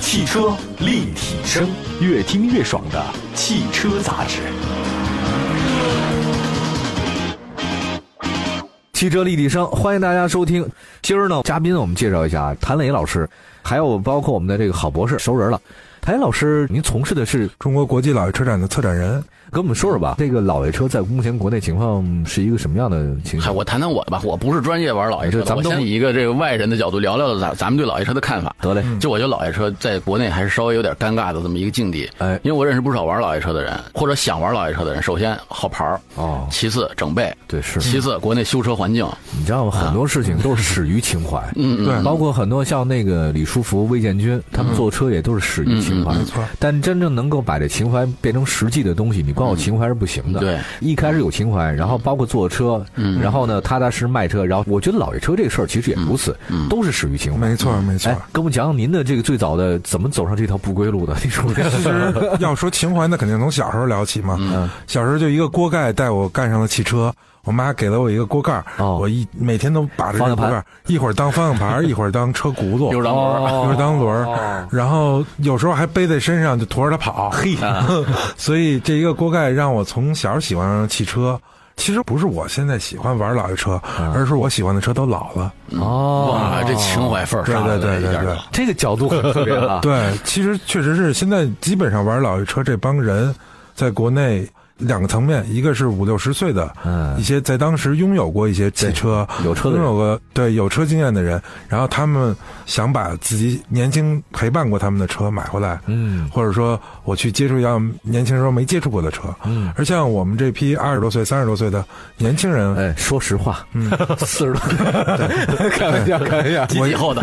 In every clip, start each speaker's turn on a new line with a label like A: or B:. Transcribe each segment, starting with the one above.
A: 汽车立体声，越听越爽的汽车杂志。
B: 汽车立体声，欢迎大家收听。今儿呢，嘉宾我们介绍一下啊谭磊老师，还有包括我们的这个郝博士，熟人了。谭磊老师，您从事的是，
C: 中国国际老爷车展的策展人，
B: 跟我们说说吧，这个老爷车在目前国内情况是一个什么样的情
D: 嗨，
B: 况？
D: 我谈谈我的吧，我不是专业玩老爷
B: 嗯这
D: 车的，
B: 咱们都
D: 我先以一个这个外人的角度聊聊咱咱们对老爷车的看法。
B: 得嘞，
D: 就我觉得老爷车在国内还是稍微有点尴尬的这么一个境地，
B: 哎
D: 因为我认识不少玩老爷车的人，或者想玩老爷车的人，首先好牌儿，
B: 哦
D: 其次整备，
B: 对是
D: 其次国内修车环境，
B: 你知道吗？很多事情都是始于情怀，
D: 嗯，嗯
C: 对
B: 包括很多像那个李书福、魏建军，他们坐车也都是始于情怀。
D: 嗯嗯嗯没
C: 错
B: 但真正能够把这情怀变成实际的东西，你光有情怀是不行的。
D: 嗯对，
B: 一开始有情怀，然后包括坐车，
D: 嗯
B: 然后呢踏踏实实卖车，然后我觉得老爷车这个事儿其实也如此，
D: 嗯嗯
B: 都是始于情怀。
C: 没错没错
B: 哎。，跟我们讲讲您的这个最早的怎么走上这条不归路的？你说
C: 其实要说情怀，那肯定从小时候聊起嘛。
D: 嗯
C: 小时候就一个锅盖带我干上了汽车，我妈给了我一个锅盖儿，
B: 哦
C: 我一每天都把
B: 方
C: 着这
B: 向
C: 锅
B: 盘
C: 盖儿，一会儿当方向盘儿，一会儿当车轱辘，
D: 又是当轮儿，
C: 一会儿当轮儿，
B: 哦
C: 然后有时候还背在身上就驮着它跑。嘿， 所以这一个锅盖让我从小喜欢上汽车。其实不是我现在喜欢玩老爷车，而是我喜欢的车都老了。
B: 哦
D: 哇，，这情怀份儿上来了
C: 对对对
D: 一点儿
C: 对
D: 的
B: 这个角度很特别 啊。
C: 对，其实确实是现在基本上玩老爷车这帮人，在国内两个层面，一个是五六十岁的，
B: 嗯
C: 一些在当时拥有过一些汽车、
B: 有车的
C: 拥
B: 人
C: 有过对有车经验的人，然后他们想把自己年轻陪伴过他们的车买回来，
B: 嗯
C: 或者说我去接触一辆年轻时候没接触过的车。
B: 嗯，
C: 而像我们这批二十多岁、三十多岁的年轻人，
B: 哎，说实话，嗯，四十多，开玩笑，开玩笑。
D: 几几后的，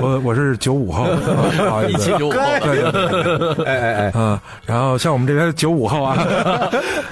C: 我我是九五 后，啊
D: 一七九五后的，
C: 对对对对
B: 哎哎哎，
C: 嗯，然后像我们这边九五后啊，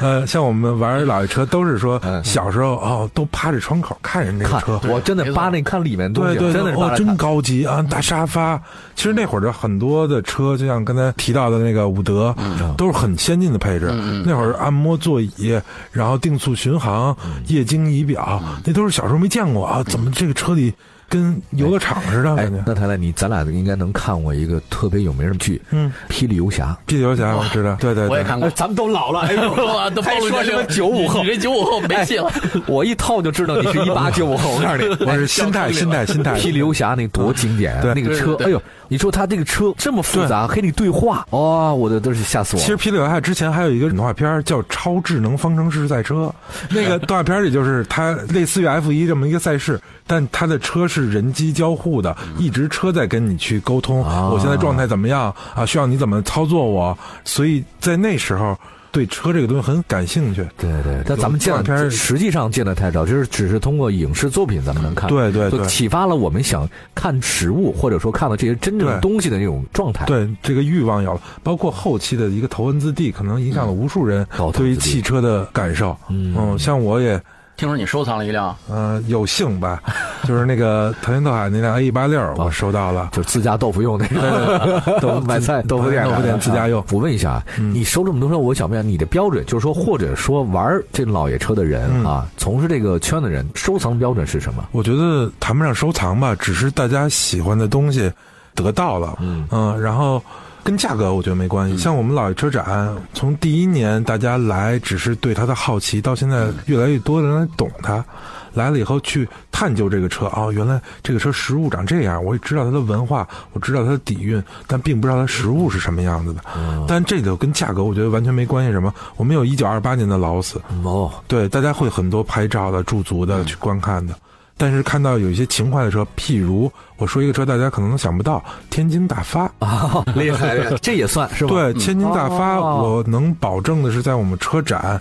C: 呃，像我们玩老爷车都是说小时候哦，都趴着窗口看人这个
B: 看
C: 车，，
B: 我真的
D: 没错
B: 扒那看里面东
C: 对
B: 西，
C: 对，
B: 真的是扒
C: 哦，
B: 那
C: 真
B: 看。
C: 高级啊，大沙发。其实那会儿的很多的车，就像刚才提到的那个伍德，都是很先进的配置。那会儿按摩座椅，然后定速巡航、液晶仪表，那都是小时候没见过啊，怎么这个车里跟游乐场似的
B: 哎
C: 感觉，？
B: 那谈来你咱俩应该能看过一个特别有名的剧，
C: 嗯，
B: 《霹雳游侠
C: 霹雳游侠我知道，对对，
D: 我也
C: 对。
D: 看过。
B: 咱们都老了，哎 呦
D: 哇，都暴露年龄，你你这九五后没戏了。
B: 哎我一套就知道你是一八九五后，我告诉你，
C: 我是心态，心 态，心态。
B: 霹雳游侠那多经典啊，
C: 对
B: 那个车，
D: 对对对
B: 哎呦，你说他这个车这么复杂，还得对话，哦，我的都是吓死我
C: 其实《
B: 了。
C: 霹雳游侠》之前还有一个动画片儿叫《超智能方程式赛 车》，那个动画片儿里就是它类似于 F 一这么一个赛事，但它的车是人机交互的，一直车在跟你去沟通，
B: 啊
C: 我现在状态怎么样啊？需要你怎么操作我？所以在那时候对车这个东西很感兴趣。
B: 对对，但咱们见
C: 动画片
B: 的
C: 儿
B: 实际上见的太少，就是只是通过影视作品咱们能看，
C: 对对
B: 啊就
C: 对
B: 启发了我们想看实物或者说看到这些真正
C: 对
B: 东西的那种状态。
C: 对这个欲望有了，包括后期的一个头文字 D，可能影响了无数人
B: 哦头
C: 对
B: 文
C: 于
B: 字 D
C: 汽车的感受。
B: 嗯
C: 像我也
D: 听说你收藏了一辆，
C: 呃，有幸吧，就是那个腾云斗海那辆 A 八六，我收到了。
B: 就自家豆腐用那 个，豆腐买菜豆腐店
C: 豆腐店
B: 的
C: 自家用
B: 我问一下啊，你收这么多车，我想问一下你的标准，就是说或者说玩这老爷车的人啊，从事这个圈的人，收藏标准是什么？
C: 我觉得谈不上收藏吧，只是大家喜欢的东西得到了，
B: 嗯
C: 然后跟价格我觉得没关系。像我们老爷车展，从第一年大家来只是对它的好奇，到现在越来越多的人来懂它，来了以后去探究这个车哦，原来这个车实物长这样，我也知道它的文化，我知道它的底蕴，但并不知道它实物是什么样子的。
B: 嗯
C: 但这个跟价格我觉得完全没关系。什么？我们有一九二八年的劳斯，
B: 哦，
C: 对，大家会很多拍照的、驻足
B: 嗯
C: 的去观看的。但是看到有一些情怀的车，譬如我说一个车，大家可能想不到，天津大发。
B: 啊，厉害，厉害这也算是吧？
C: 对，天津大发，
B: 哦
C: 我能保证的是，在我们车展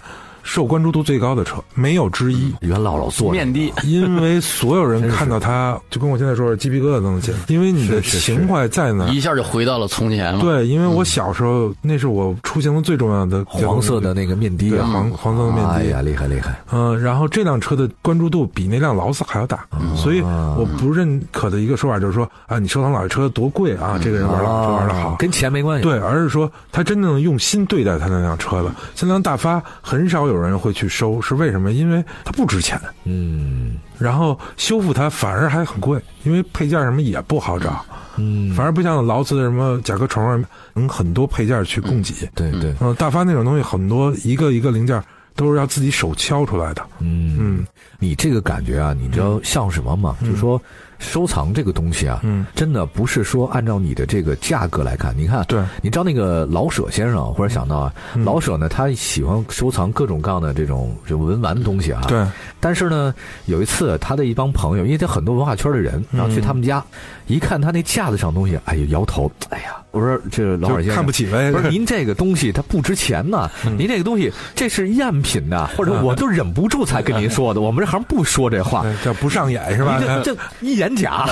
C: 受关注度最高的车，没有之一。
B: 袁姥姥做的
D: 面的，
C: 因为所有人看到 它，就跟我现在说是鸡皮疙瘩都能起来，因为你的
B: 是是嗯
C: 情怀在那儿。
D: 一下就回到了从前了。
C: 嗯对，因为我小时候，那是我出行的最重要的
B: 黄色的那个面的
C: 对
B: 啊，
C: 黄黄色的面的。
B: 哎呀，厉害厉害，
C: 嗯，然后这辆车的关注度比那辆劳斯还要大，所以我不认可的一个说法就是说啊，你收藏老爷车多贵啊，这个人玩老爷车玩的好，
B: 哦跟钱没关系。
C: 对，而是说他真正用心对待他那辆车了。像那辆大发，很少有人会去收，是为什么？因为它不值钱。
B: 嗯，
C: 然后修复它反而还很贵，因为配件什么也不好找，
B: 嗯，
C: 反而不像劳斯的什么甲壳虫啊，能很多配件去供给。
B: 对对，
C: 嗯，大发那种东西很多一个一个零件都是要自己手敲出来的。
B: 嗯，
C: 嗯
B: 你这个感觉啊，你知道像什么吗？就是说，收藏这个东西啊，
C: 嗯，
B: 真的不是说按照你的这个价格来看，你看，
C: 对，
B: 你知道那个老舍先生啊，忽然想到啊，
C: 嗯
B: 老舍呢，他喜欢收藏各种各样的这种这种文玩的东西啊。。
C: 对，
B: 但是呢，有一次他的一帮朋友，因为他很多文化圈的人，
C: 嗯
B: 然后去他们家，一看他那架子上东西，哎呀，摇头，哎呀，我说这老舍先
C: 就
B: 生
C: 看不起呗。
B: 不是嗯您这个东西它不值钱呐，您这个东西这是赝品呐，或者我就忍不住才跟您说的，我们这行不说这话。
C: 哎叫不上眼是吧？哎
B: 这这一眼假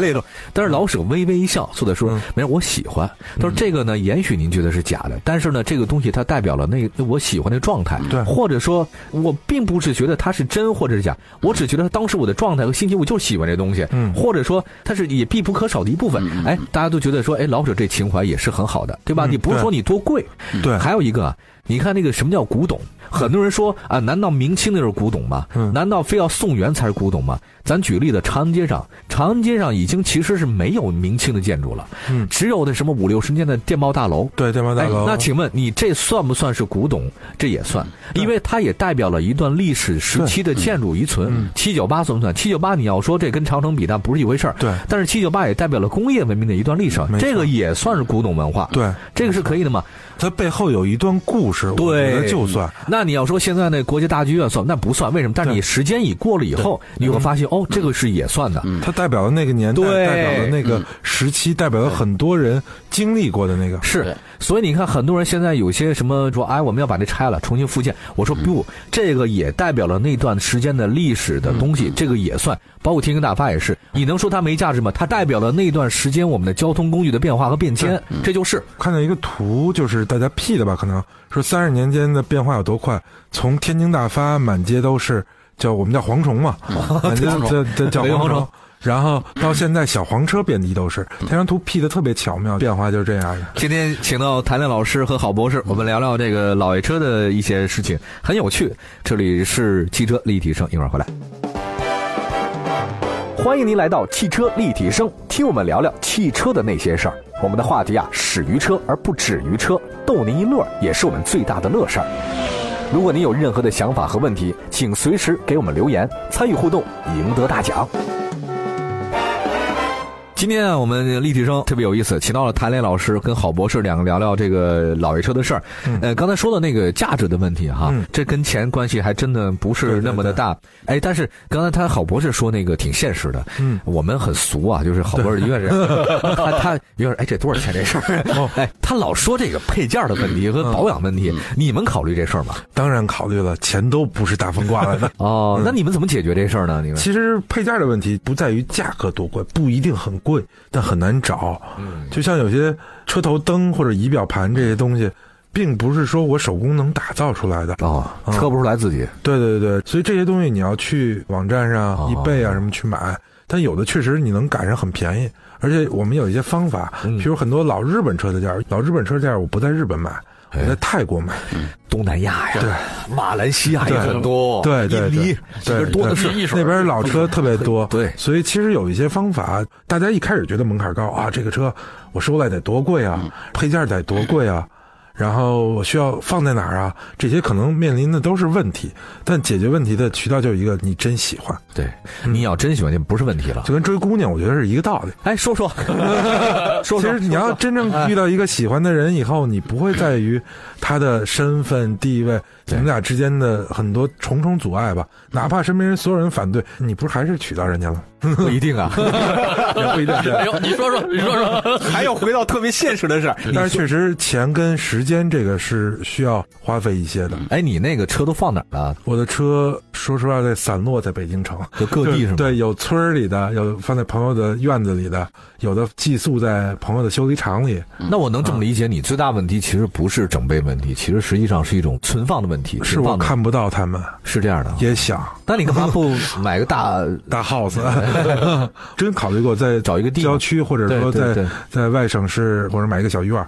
B: 那种，但是老舍微微一笑，坐在说：“
C: 嗯
B: 没事，我喜欢。”他说：“这个呢，也许您觉得是假的，但是呢，这个东西它代表了那个我喜欢的状态。
C: 对
B: 或者说我并不是觉得它是真或者是假，我只觉得当时我的状态和心情，我就是喜欢这东西。
C: 嗯
B: 或者说它是也必不可少的一部分。哎，大家都觉得说，哎，老舍这情怀也是很好的，对吧？
C: 嗯
B: 你不是
C: 对
B: 说你多贵，
C: 对，
B: 还有一个啊，你看那个什么叫古董？很多人说啊，难道明清那就是古董吗？
C: 嗯
B: 难道非要宋元才是古董吗？咱举例子，长安街上，长安街上已经其实是没有明清的建筑了，
C: 嗯
B: 只有那什么五六十年的电报大楼。
C: 对，电报大
B: 哎，
C: 楼。
B: 那请问你这算不算是古董？这也算，因为它也代表了一段历史时期的建筑遗
C: 嗯
B: 存。七九八算不算？七九八你要说这跟长城比，那不是一回事儿。
C: 对
B: 但是七九八也代表了工业文明的一段历史啊
C: 没，错
B: 这个也算是古董文化。
C: 对，
B: 这个是可以的嘛？
C: 它背后有一段故事，我觉得
B: 对，
C: 就算。
B: 那你要说现在那国家大剧院算，那不算，为什么？但是
C: 对
B: 你时间已过了以后，你会发现哦，这个是也算的。
C: 它代表了那个年
B: 嗯
C: 代，
B: 对嗯
C: 代表了那个时期，代表了很多人经历过的那个。
B: 是
D: 对，
B: 所以你看，很多人现在有些什么说，哎，我们要把这拆了，重新复建。我说不，这个也代表了那段时间的历史的东西，这个也算。包括天津大发也是，你能说它没价值吗？它代表了那段时间我们的交通工具的变化和变迁，这就是。
C: 看到一个图，就是大家 P 的吧？可能说三十年间的变化有多快，从天津大发满街都是叫我们叫蝗虫嘛，满街
D: 蝗虫
C: 这这叫
B: 北京嗯蝗
C: 蝗虫
B: 虫。嗯
C: 然后到现在小黄车遍地都是，这张图 P 的特别巧妙，变化就是这样的。
B: 今天请到谭亮老师和郝博士，我们聊聊这个老爷车的一些事情，很有趣。这里是汽车立体声，一会儿回来。欢迎您来到汽车立体声，听我们聊聊汽车的那些事儿。我们的话题啊，始于车而不止于车，逗您一乐儿也是我们最大的乐事儿。如果您有任何的想法和问题，请随时给我们留言，参与互动，赢得大奖。今天啊，我们立体声特别有意思，请到了谭磊老师跟郝博士两个聊聊这个老爷车的事儿。呃，刚才说的那个价值的问题哈，
C: 嗯
B: 这跟钱关系还真的不
C: 对对
B: 是那么的
C: 对
B: 大。哎，但是刚才他郝博士说那个挺现实的，
C: 嗯
B: 我们很俗啊，就是郝博士永远是他他永远是哎这多少钱这事儿，哎他老说这个配件的问题和保养问题，你们考虑这事儿吗？
C: 当然考虑了，钱都不是大风刮 来的。
B: 哦，
C: 嗯
B: 那你们怎么解决这事儿呢？你们
C: 其实配件的问题不在于价格多贵，不一定很贵，但很难找。嗯，就像有些车头灯或者仪表盘这些东西，并不是说我手工能打造出来的。
B: 哦，
C: 嗯
B: 测不出来自己，
C: 对对对，所以这些东西你要去网站上、
B: 哦
C: 易贝啊什么去买，但有的确实你能赶上很便宜，而且我们有一些方法，
B: 嗯
C: 比如很多老日本车的件儿，老日本车的件儿我不在日本买，我
B: 哎
C: 在泰国买。
B: 东南亚呀，对，马来西亚也很多，
C: 对对
B: 印
C: 对
B: 尼这边多的是。
D: 一水儿
C: 那边老车特别多，
B: 对
C: 所以其实有一些方法，大家一开始觉得门槛高啊，这个车我收来得多贵啊，配件得多贵啊，然后我需要放在哪儿啊，这些可能面临的都是问题，但解决问题的渠道就一个，你真喜欢，
B: 对，你要真喜欢就不是问题了。
C: 嗯就跟追姑娘，我觉得是一个道理。
B: 哎，说 说，说说，
C: 其实你要
B: 说说
C: 真正遇到一个喜欢的人以后，你不会在于他的身份地位，你
B: 对
C: 们俩之间的很多重重阻碍吧。哪怕身边人所有人反对，你不是还是娶到人家了？
B: 不一定啊，
C: 也不一定。
D: 哎呦，你说说，你说说，
B: 还要回到特别现实的事儿。
C: 但是确实，钱跟时间这个是需要花费一些的。
B: 哎，你那个车都放哪儿了？
C: 我的车说实话，在散落在北京城
B: 就各地是吗？
C: 对，对有村儿里的，有放在朋友的院子里的，有的寄宿在朋友的修理厂里。
B: 那我能
C: 嗯
B: 这么理解，你最大问题其实不是整备问题，其实实际上是一种存放的问题。
C: 是
B: 存
C: 我
B: 放的
C: 看不到他们，
B: 是这样的啊，
C: 也想
B: 那你干嘛不买个大？
C: 大 house，真考虑过在
B: 找一个地
C: 郊区，或者说
B: 对对
C: 在
B: 对
C: 在外省市，或者买一个小院儿。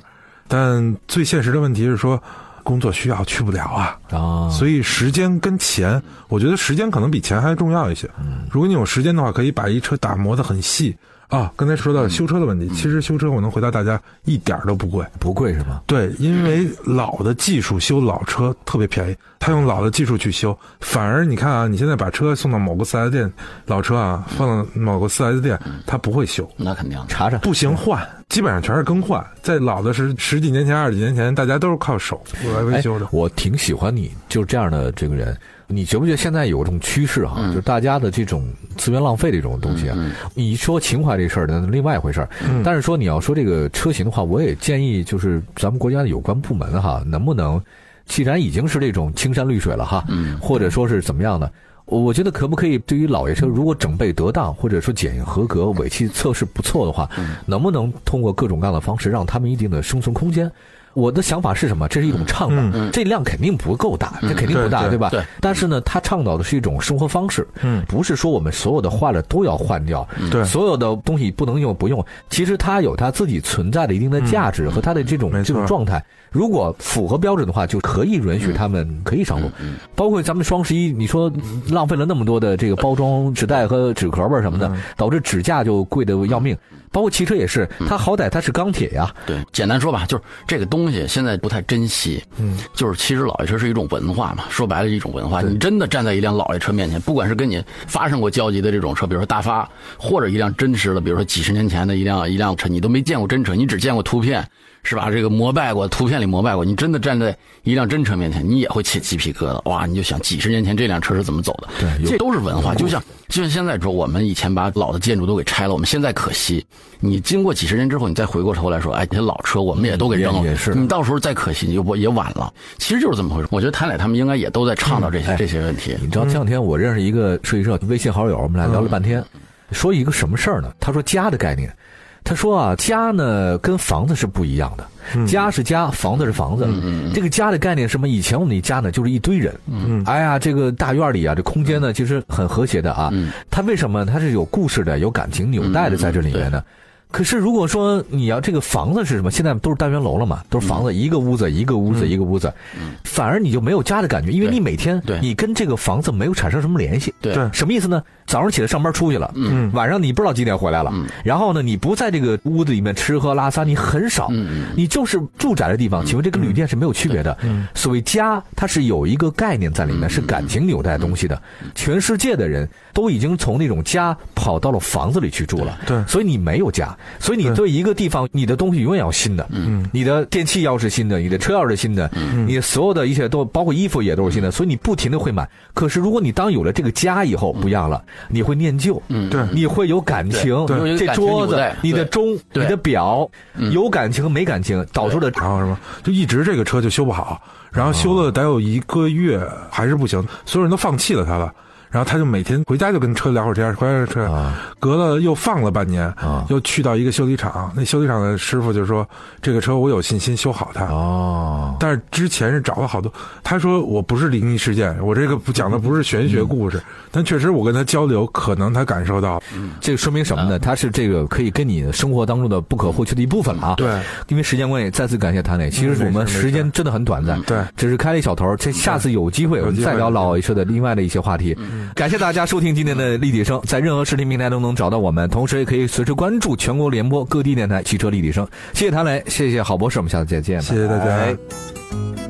C: 但最现实的问题是说，工作需要去不了啊。
B: 啊，
C: 所以时间跟钱，我觉得时间可能比钱还重要一些。如果你有时间的话，可以把一车打磨得很细啊。刚才说到修车的问题，其实修车我能回答大家一点儿都不贵。
B: 不贵是吗？
C: 对，因为老的技术修老车特别便宜，他用老的技术去修，反而你看啊，你现在把车送到某个四 S 店，老车啊放到某个四 S 店，他不会修，
D: 那肯定的。
B: 查查，
C: 不行换，基本上全是更换。在老的十十几年前、二十几年前，大家都是靠手来维
B: 哎
C: 修的，。
B: 我挺喜欢你就是这样的这个人。你觉不觉得现在有一种趋势哈、就是大家的这种资源浪费的这种东西啊？你说情怀这事儿呢，另外一回事儿。
C: 嗯
B: 但是说你要说这个车型的话，我也建议就是咱们国家的有关部门哈，能不能，既然已经是这种青山绿水了哈，
D: 嗯
C: 嗯
B: 或者说是怎么样呢？我觉得可不可以对于老爷车，如果整备得当，或者说检验合格、尾气测试不错的话，
C: 嗯
B: 能不能通过各种各样的方式让他们一定的生存空间？我的想法是什么？这是一种倡导，这量肯定不够大，这肯定不大，
C: 嗯对
B: 对吧？
D: 对
B: 但是呢，他倡导的是一种生活方式，
C: 嗯
B: 不是说我们所有的坏了都要换掉，
C: 对
B: 所有的东西不能用不用。其实它有它自己存在的一定的价值和它的这种
C: 嗯没
B: 这
C: 错
B: 种状态。如果符合标准的话，就可以允
C: 嗯
B: 许他们可以上路。包括咱们双十一，你说浪费了那么多的这个包装纸袋和纸壳儿什么的，
C: 嗯
B: 导致纸价就贵得要命。包括汽车也是，
C: 嗯
B: 它好歹它是钢铁呀，
D: 对，简单说吧，就是这个东西现在不太珍惜。嗯，就是其实老爷车是一种文化嘛，说白了是一种文化。你真的站在一辆老爷车面前，不管是跟你发生过交集的这种车，比如说大发，或者一辆真实的，比如说几十年前的一辆一辆车，你都没见过真车，你只见过图片，是吧？这个膜拜过，图片里膜拜过。你真的站在一辆真车面前，你也会起鸡皮疙瘩。哇，你就想几十年前这辆车是怎么走的？
B: 对有
D: 这都是文化。就像就像现在说，我们以前把老的建筑都给拆了，我们现在可惜。你经过几十年之后，你再回过头来说，哎，这老车我们也都给扔了，
B: 也也是
D: 你到时候再可惜，你就不也晚了。其实就是这么回事。我觉得谭磊他们应该也都在倡导这些、这些问题。
B: 你知道前两天我认识一个设计社微信好友，我们俩聊了半天，
C: 嗯
B: 说一个什么事儿呢？他说家的概念，他说啊，家呢跟房子是不一样的，
C: 嗯
B: 家是家，房子是房子。
D: 嗯
B: 这个家的概念是什么？以前我们的家呢就是一堆人，
C: 嗯
B: 哎呀，这个大院里啊，这空间呢其实很和谐的啊。
D: 嗯
B: 它为什么它是有故事的、有感情纽带的在这里面
D: 嗯
B: 呢？可是如果说你要这个房子是什么，现在都是单元楼了嘛，都是房子，
D: 嗯
B: 一个屋子一个屋子一个屋子，反而你就没有家的感觉，因为
D: 对
B: 你每天
D: 嗯对嗯
B: 你跟这个房子没有产生什么联系。
D: 对
C: 对
B: 什么意思呢？早上起来上班出去了，
C: 嗯
B: 晚上你不知道几点回来了，
D: 嗯
B: 然后呢，你不在这个屋子里面吃喝拉撒，你很少，
D: 嗯
B: 你就是住宅的地方。请问这跟旅店是没有区别的。
C: 嗯
B: 所谓家，它是有一个概念在里
D: 嗯
B: 面，是感情纽带的东西的。全世界的人都已经从那种家跑到了房子里去住了，
C: 对
B: 所以你没有家，所以你对一个地方，你的东西永远要新的，嗯，你的电器要是新的，你的车要是新的，嗯，你的所有的一切都包括衣服也都是
D: 嗯
B: 新的，所以你不停的会买。可是如果你当有了这个家以
D: 嗯
B: 后不一样了，你会念旧，嗯
C: 对
B: 你会有感情，
D: 对有
B: 这
D: 感情
B: 桌
D: 纽
B: 子
D: 带、
B: 你的
D: 对
B: 钟、你
D: 对嗯
B: 的表，有感情和没感情导致了
C: 然后什么，就一直这个车就修不好，然后修
B: 哦
C: 了得有一个月还是不行，所有人都放弃了他了。然后他就每天回家就跟车聊会儿天，回家
B: 啊
C: 车，隔了又放了半年，又去到一个修理厂，那修理厂的师傅就说：“这个车我有信心修好它。”
B: 哦，
C: 但是之前是找了好多，他说我不是灵异事件，我这个不讲的不是玄学故
B: 嗯
C: 事，但确实我跟他交流，可能他感受到，
B: 这个说明什么
C: 啊
B: 呢？它是这个可以跟你生活当中的不可或缺的一部分了啊。
C: 对，嗯
B: 因为时间关系，再次感谢谭磊。其实我们时间真的很短暂，
C: 对嗯
B: 只是开了一小头儿。这下次有机会我
C: 有
B: 们
C: 机会嗯
B: 再聊老爷车的另外的一些话题。感谢大家收听今天的立体声，在任何视听平台都能找到我们，同时也可以随时关注全国联播各地电台汽车立体声。谢谢谭磊，谢谢郝博士，我们下次再见，
C: 谢谢大
B: 拜拜
C: 家。